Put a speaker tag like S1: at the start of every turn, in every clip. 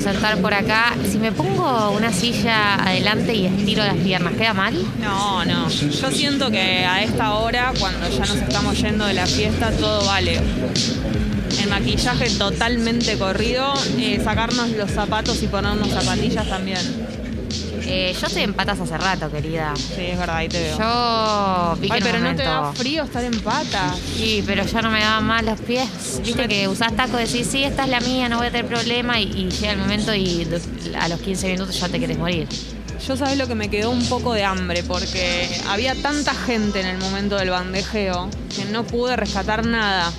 S1: sentar por acá. Si me pongo una silla adelante y estiro las piernas, ¿queda mal?
S2: No, no. Yo siento que a esta hora, cuando ya nos estamos yendo de la fiesta, todo vale. El maquillaje totalmente corrido, eh, sacarnos los zapatos y ponernos zapatillas también.
S1: Eh, yo estoy en patas hace rato, querida.
S2: Sí, es verdad, ahí te veo.
S1: Yo vi que
S2: Ay,
S1: en un
S2: pero no te da
S1: momento-
S2: frío estar en patas.
S1: Sí, pero ya no me daban más los pies. Viste que usás taco, decís, sí, esta es la mía, no voy a tener problema. Y, y llega el momento y do- a los 15 minutos ya te querés morir.
S2: Yo sabés lo que me quedó un poco de hambre porque había tanta gente en el momento del bandejeo que no pude rescatar nada.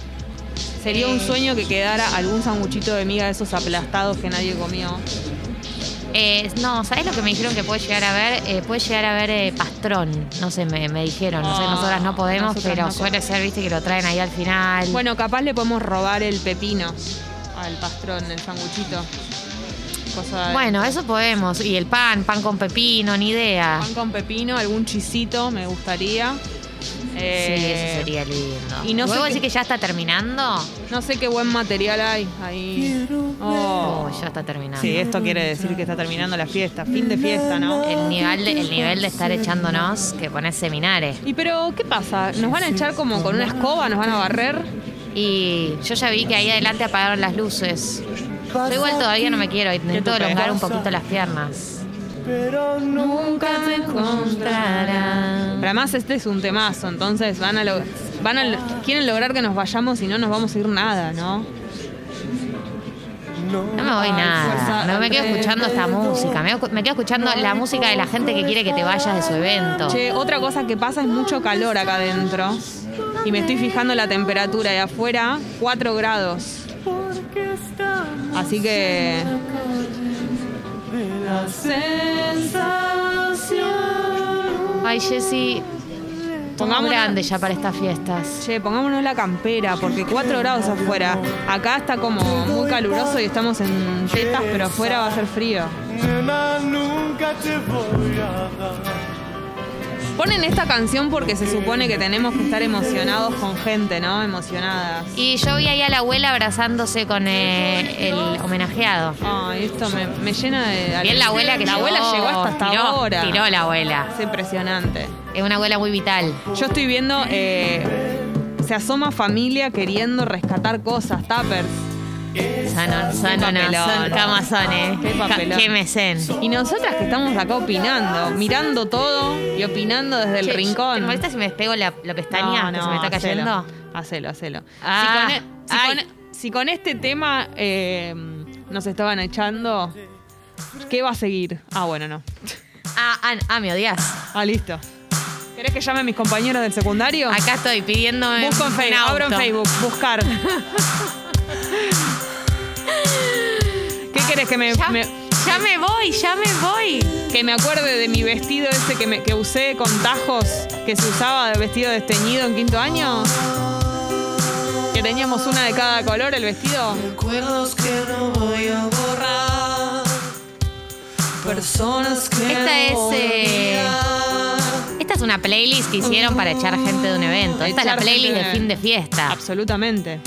S2: Sería un sueño que quedara algún sanguchito de miga de esos aplastados que nadie comió.
S1: Eh, no, ¿sabés lo que me dijeron que puede llegar a ver? Eh, puede llegar a ver eh, pastrón. No sé, me, me dijeron. No sé,
S2: Ah,
S1: nosotras no podemos,
S2: nosotras
S1: pero
S2: no
S1: suele ser, viste, que lo traen ahí al final.
S2: Bueno, capaz le podemos robar el pepino al pastrón, el sanguchito. Cosa de-
S1: Bueno, eso podemos. Y el pan, pan con pepino, ni idea.
S2: Pan con pepino, algún chisito me gustaría. Eh,
S1: sí, eso sería lindo.
S2: y no sé
S1: ¿Luego
S2: qué-
S1: decir que ya está terminando?
S2: No sé qué buen material hay ahí. Oh.
S1: Oh, ya está terminando.
S2: Sí, esto quiere decir que está terminando la fiesta, fin de fiesta, ¿no?
S1: El nivel, de, el nivel de estar echándonos que pones seminares.
S2: ¿Y pero qué pasa? ¿Nos van a echar como con una escoba? ¿Nos van a barrer?
S1: Y yo ya vi que ahí adelante apagaron las luces. Yo igual todavía no me quiero ir, necesito
S2: tupe.
S1: elongar un poquito las piernas.
S3: Pero nunca me
S2: Pero además este es un temazo, entonces van a lo- van a lo- quieren lograr que nos vayamos y no nos vamos a ir nada, ¿no?
S1: No me voy nada, no me quedo escuchando esta música, me, me quedo escuchando la música de la gente que quiere que te vayas de su evento.
S2: Che, otra cosa que pasa es mucho calor acá adentro. Y me estoy fijando la temperatura de afuera, 4 grados. Así que
S1: Ay, Jessy, pongamos
S2: Pongámonos-
S1: grande ya para estas fiestas.
S2: Che, pongámonos la campera, porque 4 grados afuera. Acá está como muy caluroso y estamos en tetas, pero afuera va a ser frío.
S3: Nena, nunca te voy a dar.
S2: Ponen esta canción porque se supone que tenemos que estar emocionados con gente, ¿no? Emocionadas.
S1: Y yo vi ahí a la abuela abrazándose con eh, el homenajeado.
S2: Ay, esto me, me llena de...
S1: Bien la abuela que
S2: La
S1: llegó,
S2: abuela llegó hasta, hasta
S1: tiró,
S2: ahora.
S1: Tiró la abuela.
S2: Es impresionante.
S1: Es una abuela muy vital.
S2: Yo estoy viendo... eh, se asoma familia queriendo rescatar cosas, tappers.
S1: Sanon, sanon,
S2: papelón.
S1: son camazones.
S2: Qué papelón.
S1: Qué mecen.
S2: Y nosotras que estamos acá opinando, mirando todo y opinando desde el
S1: Che,
S2: rincón.
S1: ¿Te molesta si me despego la, la pestaña que se me está
S2: hacelo.
S1: cayendo?
S2: Hacelo, hacelo. si,
S1: Ah,
S2: con, e- si
S1: ay.
S2: con- si con este tema eh, nos estaban echando, ¿qué va a seguir? Ah, bueno, no.
S1: Ah, ah, ah, me odias.
S2: Ah, listo. ¿Querés que llame a mis compañeros del secundario?
S1: Acá estoy pidiéndome.
S2: Busco en
S1: un
S2: Facebook,
S1: auto.
S2: abro en Facebook, buscar. ¿Qué querés que me,
S1: Ya me...
S2: me-
S1: ya me voy, ya me voy.
S2: que me acuerde de mi vestido ese que, me- que usé con tajos que se usaba de vestido desteñido en quinto año? Que teníamos una de cada color el vestido.
S3: Recuerdos que no voy a borrar. Personas que
S1: Esta es, eh, Esta es una playlist que hicieron para echar gente de un evento. Esta es la
S2: Echar gente
S1: playlist de
S2: de-
S1: fin de fiesta.
S2: Absolutamente.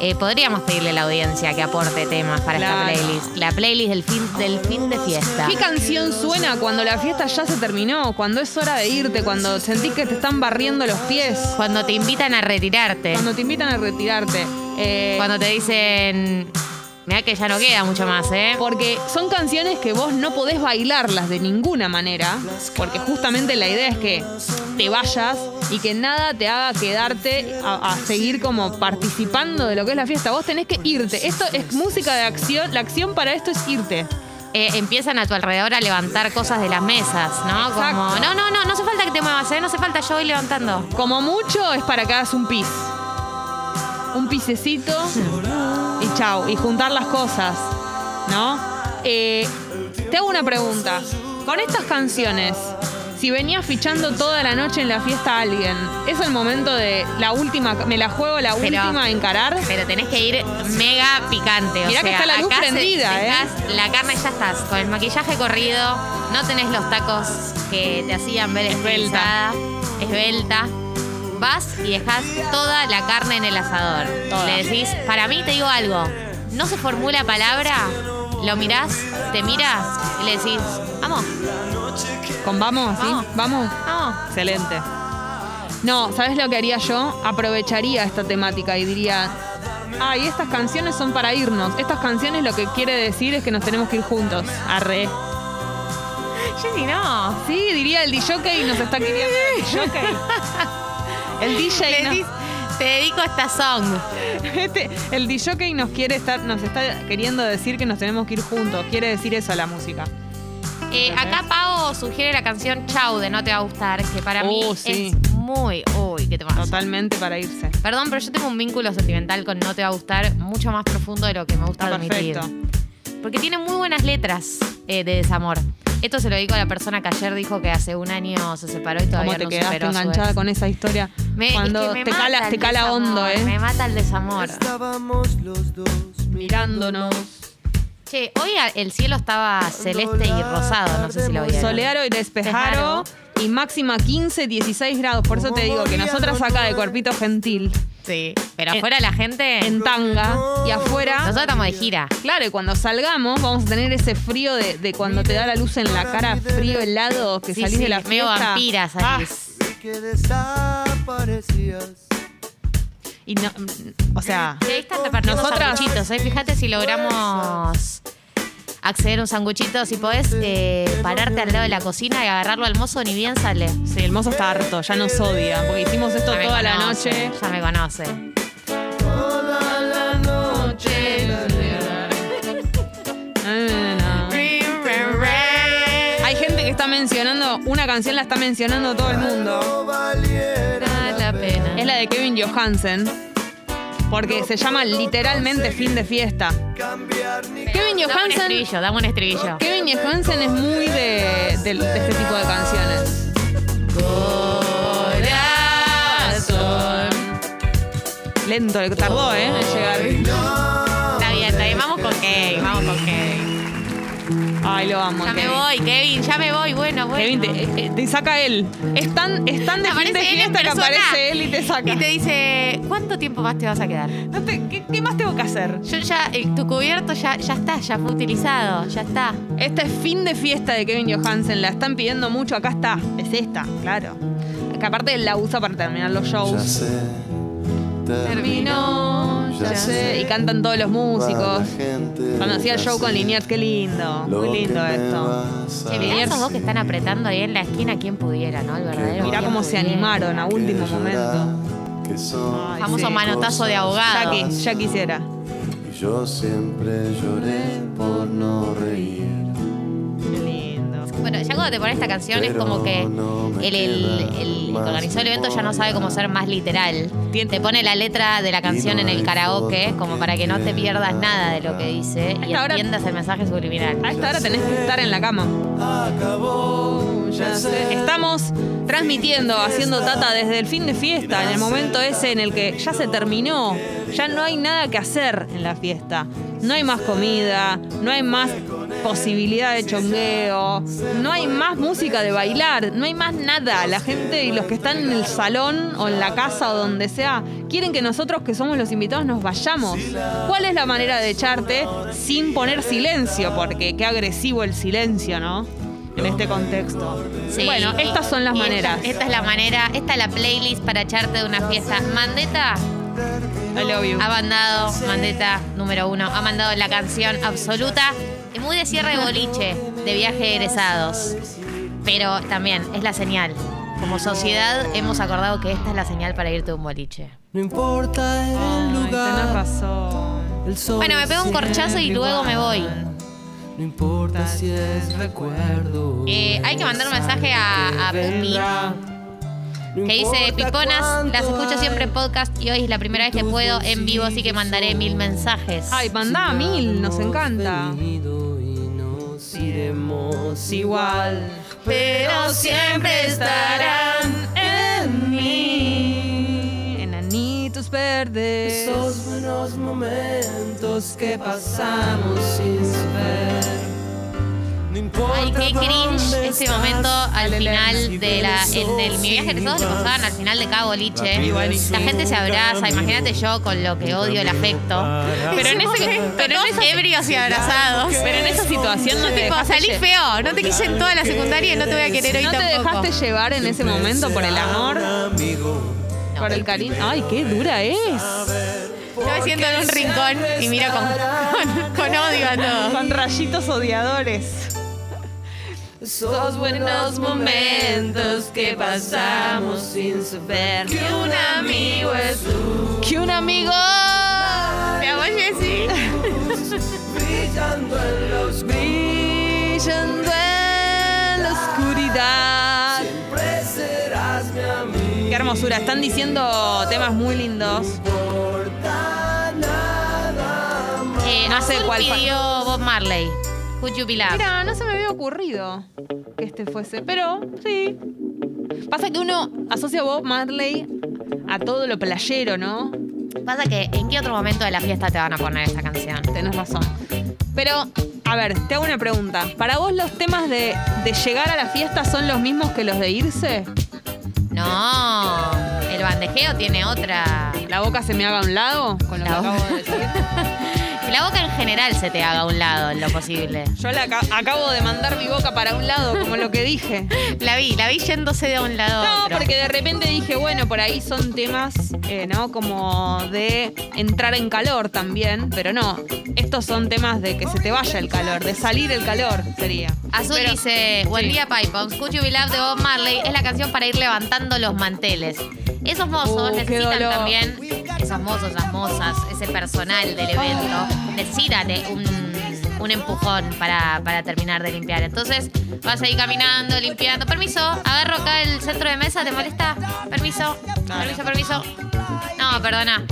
S1: Eh, podríamos pedirle a la audiencia que aporte temas para
S2: Claro.
S1: esta playlist. La playlist del fin, del fin de fiesta.
S2: ¿Qué canción suena cuando la fiesta ya se terminó? Cuando es hora de irte, cuando sentís que te están barriendo los pies,
S1: Cuando te invitan a retirarte.
S2: cuando te invitan a retirarte. Eh,
S1: Eh. Cuando te dicen, mira que ya no queda mucho más, ¿eh?
S2: Porque son canciones que vos no podés bailarlas de ninguna manera, porque justamente la idea es que te vayas y que nada te haga quedarte a, a seguir como participando de lo que es la fiesta. Vos tenés que irte. Esto es música de acción. La acción para esto es irte.
S1: Eh, empiezan a tu alrededor a levantar cosas de las mesas, ¿no? Como,
S2: Exacto.
S1: no, no, no, no hace falta que te muevas, ¿eh? No hace falta, yo voy levantando.
S2: Como mucho es para que hagas un pis. Un pisecito y chau. Y juntar las cosas. ¿No? Eh, te hago una pregunta. Con estas canciones, si venías fichando toda la noche en la fiesta a alguien, ¿es el momento de la última, me la juego la
S1: Pero-
S2: última a encarar?
S1: Pero tenés que ir mega picante. O
S2: Mirá que
S1: sea,
S2: está la luz
S1: acá se-
S2: prendida, ¿eh?
S1: sacás La carne ya estás, con el maquillaje corrido, no tenés los tacos que te hacían ver
S2: Esbelta.
S1: esbelta. Esbelta. Vas y dejas toda la carne en el asador.
S2: Toda.
S1: Le decís, para mí te digo algo, no se formula palabra lo mirás, te mira y le decís, vamos,
S2: ¿Con vamos? ¿Sí?
S1: Vamos.
S2: ¿Vamos?
S1: vamos.
S2: Excelente. No, ¿sabes lo que haría yo? Aprovecharía esta temática y diría, ay, estas canciones son para irnos. Estas canciones lo que quiere decir es que nos tenemos que ir juntos. Arre.
S1: Jenny, no.
S2: Sí, diría el DJ nos está queriendo. El DJ. El
S1: Le
S2: DJ
S1: decís,
S2: nos,
S1: te dedico a esta song.
S2: este, el DJ nos quiere estar, nos está queriendo decir que nos tenemos que ir juntos. Quiere decir eso la música.
S1: Eh, acá Pavo sugiere la canción Chau de No Te Va a Gustar, que para
S2: Oh,
S1: mí
S2: sí.
S1: es muy. Uy, qué te pasa.
S2: Totalmente para irse.
S1: Perdón, pero yo tengo un vínculo sentimental con No Te Va a Gustar mucho más profundo de lo que me gusta
S2: Está
S1: admitir.
S2: perfecto.
S1: Porque tiene muy buenas letras eh, de desamor. Esto se lo digo a la persona que ayer dijo que hace un año se separó y todavía
S2: ¿Cómo te
S1: no
S2: quedaste
S1: superó a su ex.
S2: enganchada con esa historia?
S1: Me- es
S2: Cuando
S1: que me
S2: te
S1: mata
S2: calas,
S1: el
S2: te cala
S1: desamor,
S2: hondo, ¿eh?
S1: Me mata el desamor.
S4: Estábamos los dos
S2: Mirándonos.
S1: Che, hoy a- el cielo estaba celeste y rosado, no sé si lo vieron.
S2: Solearo y despejaro.
S1: Despejaro.
S2: Y máxima 15, 16 grados. Por eso te digo que nosotras acá de cuerpito gentil,
S1: Sí. Pero
S2: En-
S1: afuera la gente.
S2: en tanga y afuera.
S1: Nosotros estamos de gira.
S2: Claro, y cuando salgamos vamos a tener ese frío de, de cuando te da la luz en la cara, frío helado, que
S1: Sí,
S2: salís
S1: sí,
S2: de la
S1: medio
S2: fiesta. Ah.
S1: vampira salís.
S4: vi que desaparecías.
S2: Ah, y no- o sea,
S1: Sí, Ahí están repartiendo
S2: Nosotras-
S1: sanguchitos. ¿eh? Fíjate si logramos acceder a un sanguchito. Si podés eh, pararte al lado de la cocina y agarrarlo al mozo, ni bien sale.
S2: sí, el mozo está harto, ya nos odia, porque hicimos esto
S1: Ya me
S2: toda la
S1: conoce,
S2: noche.
S1: Ya me conoce.
S2: Ah, no. Hay gente que está mencionando, una canción la está mencionando todo el mundo.
S4: No valiera
S1: la pena.
S2: Es la de Kevin Johansen. Porque se llama literalmente fin de fiesta.
S4: cambiar ni
S2: Kevin
S1: Dame un
S2: Johansen.
S1: estribillo, dame un estribillo.
S2: Kevin Johansen es muy de, de- de este tipo de canciones.
S1: Ah,
S2: Lento, tardó, ¿eh? En llegar.
S1: Está bien, está bien. Vamos con Kevin, vamos con Kevin.
S2: Ay, lo amo.
S1: Ya me
S2: Kevin.
S1: voy, Kevin, ya me voy. Bueno, bueno.
S2: Kevin te, eh, te saca él. Es tan, es tan de fin
S1: Aparece
S2: de
S1: él en
S2: fiesta que
S1: persona.
S2: aparece él y te saca.
S1: Y te dice, ¿cuánto tiempo más te vas a quedar?
S2: No te- ¿qué, qué más tengo que hacer?
S1: Yo ya, el- tu cubierto ya, ya está, ya fue utilizado, ya está.
S2: Esta es Este fin de fiesta de Kevin Johansen. La están pidiendo mucho. Acá está. Es esta, claro. Que aparte la usa para terminar los
S5: Ya
S2: shows.
S5: sé,
S2: Terminó,
S5: ya sé.
S2: Y cantan todos los músicos. Cuando hacía el show con Liniers, qué lindo. Muy lindo esto.
S1: Che, mirá
S2: Ayer-
S1: esos dos que están apretando ahí en la esquina, quien pudiera, ¿no? El verdadero.
S2: Mirá
S1: quien
S2: cómo se
S1: pudiera.
S2: animaron a último momento.
S5: Que son
S2: Ay,
S1: Famoso
S2: sí.
S1: manotazo de ahogado.
S2: Ya, qui- ya quisiera.
S5: Y yo siempre lloré por no reír.
S2: Qué lindo.
S1: Bueno, ya cuando te pones esta canción es como que el, el, el que organizó el evento ya no sabe cómo ser más literal.
S2: Tien-
S1: Te pone la letra de la canción en el karaoke, como para que no te pierdas nada de lo que dice y
S2: Hasta ahora- Ah,
S1: entiendas el mensaje
S2: A
S1: subliminal.
S2: esta hora tenés que estar en la cama. Estamos transmitiendo, haciendo tata desde el fin de fiesta, en el momento ese en el que ya se terminó, ya no hay nada que hacer en la fiesta. No hay más comida, no hay más posibilidad de chongueo, no hay más música de bailar, no hay más nada. La gente y los que están en el salón o en la casa o donde sea, quieren que nosotros que somos los invitados nos vayamos. ¿Cuál es la manera de echarte sin poner silencio? Porque qué agresivo el silencio, ¿no? En este contexto.
S1: Sí.
S2: Bueno, estas son las
S1: Y esta-
S2: maneras.
S1: Esta, es la manera, esta es la playlist para echarte de una fiesta. Mandeta
S2: I love you.
S1: ha mandado, Mandeta número uno, ha mandado la canción absoluta, es muy de cierre de boliche, de viaje de egresados. Pero también es la señal. Como sociedad hemos acordado que esta es la señal para irte a un boliche.
S4: No importa el
S2: Ay, tenés
S4: lugar.
S2: razón.
S4: El sol
S1: Bueno, me pego un corchazo y
S4: siempre
S1: luego me voy.
S4: igual. No importa si es recuerdo.
S1: Eh, hay que mandar un mensaje a, a Pupi, que dice, Piponas, las escucho siempre en podcast y hoy es la primera vez que puedo en vivo, así que mandaré mil mensajes.
S2: Ay, mandá a mil, nos encanta.
S4: Y nos iremos igual.
S2: Pero siempre estarán en mí. Enanitos verdes.
S4: Esos buenos momentos que pasamos sin saber.
S1: Ay, qué cringe ese momento Ah, al
S2: Al Elena.
S1: final de la. El del mi viaje egresado le pasaban al final de cada boliche.
S2: Igualísimo.
S1: La gente se abraza, imagínate yo con lo que odio el afecto. Pero en ese pero en esos ebrios y abrazados.
S2: Ah, Pero en esa situación no te
S1: Tipo,
S2: dejaste
S1: salí
S2: lle-
S1: feo, no te quise en toda la secundaria y no te voy a querer hoy
S2: ¿No te
S1: tampoco.
S2: dejaste llevar en ese momento por el amor, por el cariño? Ay, qué dura es.
S1: Yo me siento en un rincón y miro con, con, con odio a todo.
S2: Con rayitos odiadores.
S4: Esos buenos momentos que pasamos sin saber que un amigo es
S2: Que un amigo.
S1: Te amo, Jessy.
S4: brillando en la
S2: Brillando en la oscuridad.
S4: oscuridad. Serás mi amigo.
S2: Qué hermosura. Están diciendo temas muy lindos.
S1: Eh,
S2: sé
S1: Azul
S2: cuál fa-
S1: pidió Bob Marley. Could you be loved?
S2: Mira, no se me había ocurrido que este fuese, pero sí. Pasa que uno asocia a Bob Marley a todo lo playero, ¿no?
S1: Pasa que, ¿en qué otro momento de la fiesta te van a poner esta canción?
S2: Tenés razón. Pero, a ver, te hago una pregunta. ¿Para vos los temas de, de llegar a la fiesta son los mismos que los de irse?
S1: No, el bandejeo tiene otra.
S2: ¿La boca se me haga a un lado? Con lo que
S1: La boca.
S2: acabo de decir.
S1: Que la boca en general se te haga a un lado en lo posible.
S2: Yo la aca- acabo de mandar mi boca para un lado, como lo que dije.
S1: La vi, la vi yéndose de un lado a
S2: No,
S1: otro.
S2: porque de repente dije, bueno, por ahí son temas, eh, ¿no? Como de entrar en calor también, pero no. Estos son temas de que se te vaya el calor, de salir el calor, sería.
S1: Azul
S2: Pero-
S1: dice, buen
S2: Sí.
S1: día Pipons, Could You Be Loved de Bob Marley es la canción para ir levantando los manteles. Esos mozos
S2: Uh, qué
S1: necesitan
S2: dolor.
S1: también, esos mozos, esas mozas, ese personal del evento, necesitan eh, un, un empujón para, para terminar de limpiar. Entonces vas ahí caminando, limpiando. Permiso, agarro acá el centro de mesa, ¿te molesta? Permiso, permiso, permiso. No, perdona.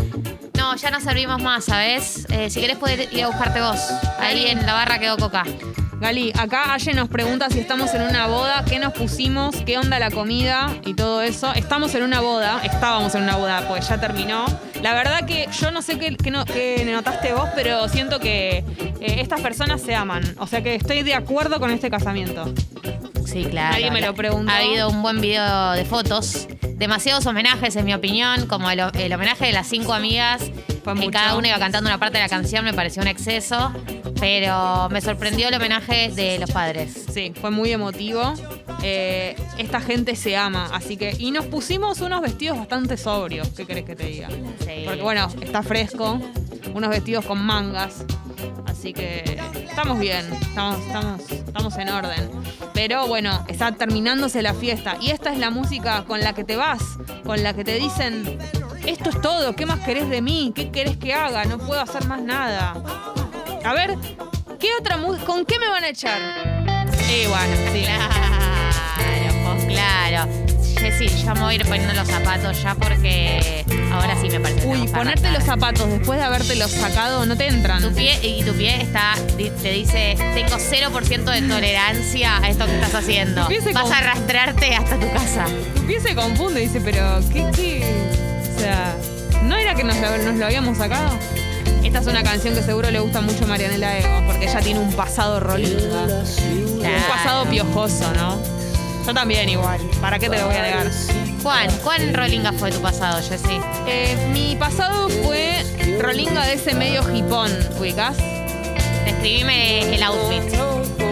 S1: No, ya no servimos más, ¿sabes? Eh, si querés puedes ir a buscarte vos. Ahí en la barra quedó coca.
S2: Gali, acá Aye nos pregunta si estamos en una boda, qué nos pusimos, qué onda la comida y todo eso. Estamos en una boda, estábamos en una boda, pues ya terminó. La verdad que yo no sé qué, qué no- qué notaste vos, pero siento que eh, estas personas se aman. O sea que estoy de acuerdo con este casamiento.
S1: Sí, claro.
S2: Nadie me lo preguntó.
S1: Ha habido un buen video de fotos. Demasiados homenajes, en mi opinión, como el, el homenaje de las cinco amigas.
S2: Fue
S1: que
S2: mucho.
S1: cada una iba cantando una parte de la canción, me pareció un exceso. Pero me sorprendió el homenaje de los padres.
S2: Sí, fue muy emotivo. Eh, esta gente se ama, así que. Y nos pusimos unos vestidos bastante sobrios, ¿qué querés que te diga?
S1: Sí.
S2: Porque bueno, está fresco, unos vestidos con mangas. Así que estamos bien, estamos, estamos, estamos en orden. Pero bueno, está terminándose la fiesta. Y esta es la música con la que te vas, con la que te dicen, esto es todo, ¿qué más querés de mí? ¿Qué querés que haga? No puedo hacer más nada. A ver, ¿qué otra música? ¿Con qué me van a echar? Eh, bueno, sí.
S1: Claro, pues claro. Jessy, yo me voy a ir poniendo los zapatos ya porque ahora sí me parece. que
S2: Uy,
S1: vamos a
S2: ponerte los
S1: arrancar.
S2: zapatos después de habértelos sacado no te entran.
S1: Tu pie, y tu pie está, di- te dice, tengo 0% de tolerancia a esto que estás haciendo.
S2: Tu pie se
S1: Vas
S2: con-
S1: a arrastrarte hasta tu casa.
S2: Tu pie se confunde, dice, pero ¿qué, qué? O sea, ¿no era que nos lo, nos lo habíamos sacado? Esta es una canción que seguro le gusta mucho a Marianela Ego, porque ella tiene un pasado rolinga. Un pasado piojoso, ¿no? Yo también igual, ¿para qué te lo voy a negar?
S1: ¿Cuán, cuán rolinga fue tu pasado, Jessy?
S2: Eh, mi pasado fue rolinga de ese medio hipón, ubicás.
S1: Describime el outfit.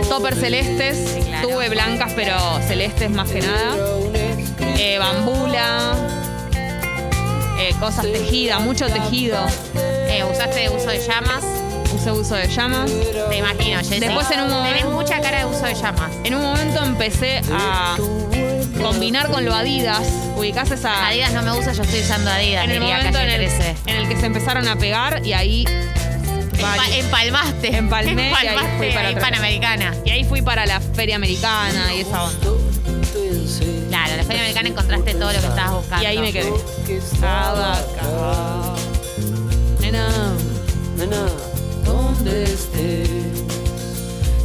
S2: Topper celestes,
S1: Sí, claro.
S2: tuve blancas, pero celestes más que nada. Eh, bambula, eh, cosas tejidas, mucho tejido.
S1: Eh, ¿Usaste uso de llamas?
S2: Usé uso de llamas.
S1: Te imagino, Jessy.
S2: Después en un momento-
S1: Tenés mucha cara de uso de llamas.
S2: En un momento empecé a combinar con lo Adidas. Ubicás esa.
S1: Adidas no me usa, yo estoy usando Adidas,
S2: en el
S1: diría
S2: momento en
S1: Calle
S2: el,
S1: 13.
S2: en el que se empezaron a pegar y ahí.
S1: Empa- empalmaste.
S2: Empalmé y ahí
S1: Empalmaste
S2: fui para
S1: ahí
S2: otra.
S1: Panamericana.
S2: Y ahí fui para la feria americana y esa onda.
S1: Claro, en la Feria Americana encontraste todo lo que estabas buscando.
S2: Y ahí me quedé. Abaca. Nena.
S4: Nena, ¿dónde estés?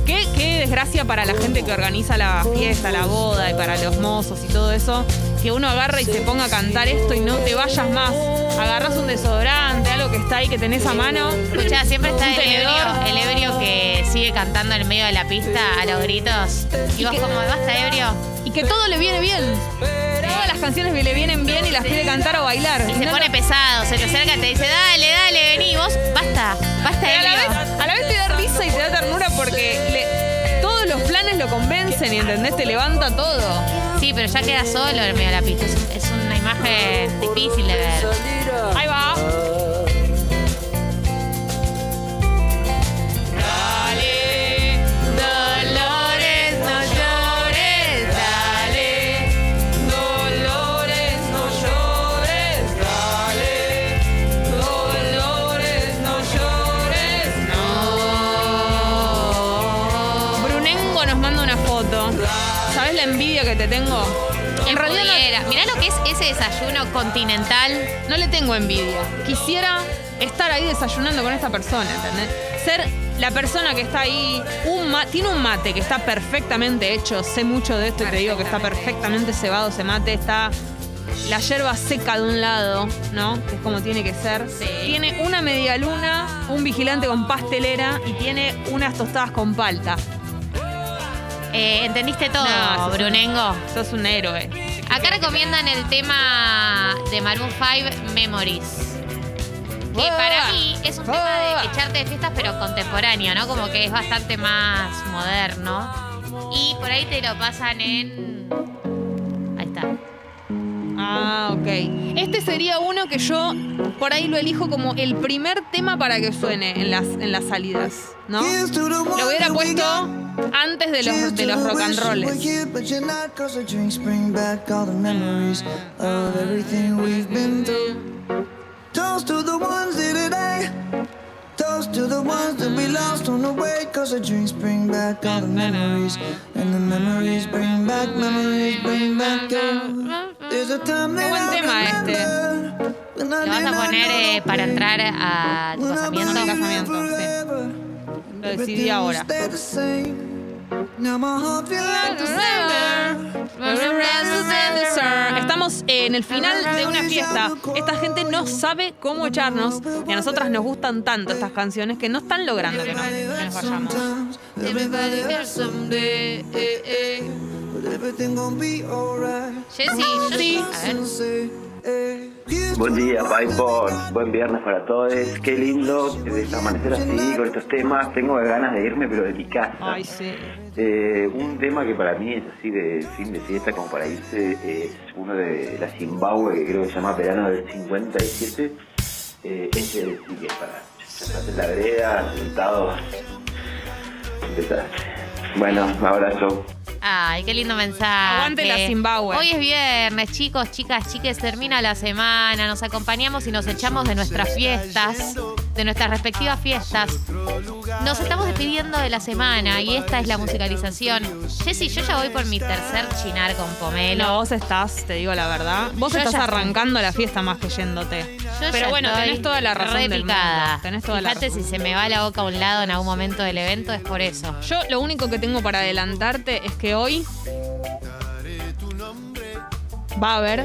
S2: ¿Qué, qué desgracia para la gente que organiza la fiesta, la boda y para los mozos y todo eso, que uno agarra y se ponga a cantar esto y no te vayas más. Agarras un desodorante, algo que está ahí que tenés a mano.
S1: Escucha, siempre está
S2: Un
S1: el ebrio,
S2: tenedor.
S1: el ebrio que sigue cantando en medio de la pista a los gritos. Y vos como, basta ebrio.
S2: Y que todo le viene bien. Todas las canciones le vienen bien y las quiere cantar o bailar.
S1: Y se
S2: No
S1: pone pesado, se te acerca y te dice, dale, dale, vení, vos, basta, basta
S2: Pero a la,
S1: ebrio.
S2: vez, a la vez te da risa y te da ternura porque le- todos los planes lo convencen, ¿entendés? Te levanta todo.
S1: Sí, pero ya queda solo en medio de la pista. Es- Es una imagen difícil de ver.
S2: Ahí va.
S1: Dale, Dolores, no llores, dale.
S2: Dolores, no llores, dale. Dolores, no llores, no. Brunengo nos manda una foto. ¿Sabes la envidia que te tengo? En realidad no-
S1: Pudiera. Mirá lo que es ese desayuno continental.
S2: no le tengo envidia. Quisiera estar ahí desayunando con esta persona, ¿entendés? Ser la persona que está ahí, un ma- tiene un mate que está perfectamente hecho, sé mucho de esto y te digo que está perfectamente cebado ese mate, está la hierba seca de un lado, ¿no? Que es como tiene que ser. Tiene una media luna, un vigilante con pastelera y tiene unas tostadas con palta.
S1: Eh, ¿Entendiste todo,
S2: No, eso es-
S1: Brunengo?
S2: Sos un héroe.
S1: Acá recomiendan el tema de Maroon 5, Memories. Que
S2: Boa.
S1: para mí es un tema
S2: Boa.
S1: de echarte de fiestas, pero contemporáneo, ¿no? Como que es bastante más moderno. Y por ahí te lo pasan en. Ahí está.
S2: Ah, ok. Este sería uno que yo por ahí lo elijo como el primer tema para que suene en las, en las salidas, ¿no?
S4: este
S2: Lo hubiera puesto antes de los, de los rock and rolls.
S6: Toast to the ones that today. Toast to the ones that we lost on the way. Cause the drinks bring back all the memories. And the memories bring back, memories bring back you. There's a time that
S2: Qué buen
S6: I
S2: tema este.
S6: remember when I
S1: Lo vas
S6: did
S1: a
S6: not
S1: poner eh,
S6: know
S1: para
S6: pain.
S1: entrar a tu
S6: When I
S1: casamiento.
S6: believed in
S2: Casamiento, sí.
S6: forever.
S2: Lo decidí ahora.
S6: Stay the same. Now my heart feel like the
S2: Estamos en el final de una fiesta. Esta gente no sabe cómo echarnos. Y a nosotras nos gustan tanto estas canciones que no están logrando que nos, que nos vayamos.
S6: sometimes. Everybody hurts someday. eh, eh. But everything gonna be alright.
S1: Jessy, yo a ver.
S6: Say, eh.
S7: Buen día, Pipon. Buen viernes para todos. Qué lindo amanecer así con estos temas. Tengo ganas de irme, pero de mi casa.
S2: Ay, sí.
S7: Eh, un tema que para mí es así de fin de fiesta, como para irse, es uno de la Zimbabue, que creo que se llama Verano del 57. Eh, ese sí que es para sentarse en la vereda, sentados. Un desastre. Bueno, abrazo.
S1: Ay, qué lindo mensaje.
S2: Aguante la Zimbabue.
S1: Hoy es viernes, chicos, chicas, chiques, termina la semana, nos acompañamos y nos echamos de nuestras fiestas, de nuestras respectivas fiestas. Nos estamos despidiendo de la semana y esta es la musicalización. Jessy, yo ya voy por mi tercer chinar con
S2: No,
S1: pomelo.
S2: vos estás, te digo la verdad. Vos
S1: Yo
S2: estás
S1: ya
S2: arrancando la fiesta más que yéndote.
S1: Yo
S2: Pero
S1: ya
S2: bueno,
S1: estoy
S2: tenés toda la razón.
S1: re
S2: del mundo.
S1: picada.
S2: Tenés toda la
S1: Fíjate
S2: razón.
S1: si se me va la boca a un lado en algún momento del evento, es por eso.
S2: Yo lo único que tengo para adelantarte es que hoy va a haber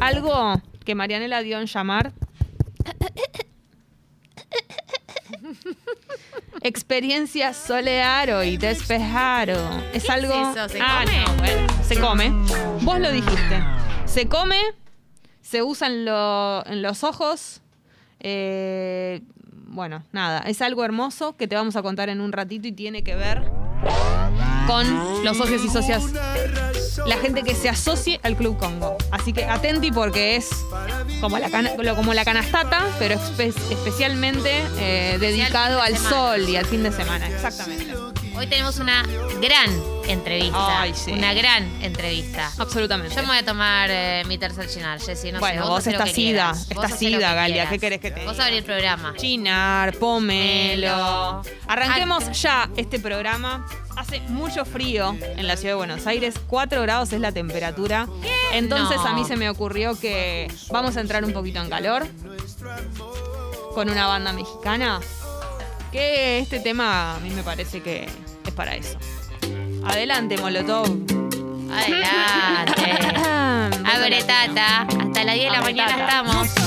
S2: algo que Marianela dio en llamar experiencia solearo y despejaro. Es
S1: ¿Qué
S2: algo
S1: es eso? ¿Se
S2: Ah,
S1: come?
S2: no, bueno, se come. Vos lo dijiste. Se come, se usa en, lo- en los ojos. Eh, bueno, nada, es algo hermoso que te vamos a contar en un ratito y tiene que ver con los socios y socias, la gente que se asocie al Club Congo. Así que atenti porque es como la, cana- lo- como la canastata, pero espe- especialmente eh, dedicado
S1: fin
S2: al
S1: de semana.
S2: sol y al fin de semana. Exactamente.
S1: Hoy tenemos una gran entrevista.
S2: Ay, sí.
S1: Una gran entrevista.
S2: Absolutamente.
S1: Yo me voy a tomar eh, mi tercer chinar, Jessy. No sé,
S2: Bueno, vos
S1: hacé lo
S2: estás
S1: que
S2: ida,
S1: quieras.
S2: estás
S1: Vos hacé lo
S2: ida, Galia,
S1: quieras.
S2: ¿qué querés que te
S1: Vos
S2: diga?
S1: abrí el programa.
S2: Chinar, pomelo.
S1: Pomelo.
S2: Arranquemos
S1: Ah.
S2: ya este programa. Hace mucho frío en la ciudad de Buenos Aires, 4 grados es la temperatura. Entonces
S1: No.
S2: a mí se me ocurrió que vamos a entrar un poquito en calor con una banda mexicana Que este tema a mí me parece que es para eso. Adelante, Molotov.
S1: Adelante. Abre tata. Hasta las 10 de la
S2: Abre,
S1: mañana
S2: tata.
S1: estamos.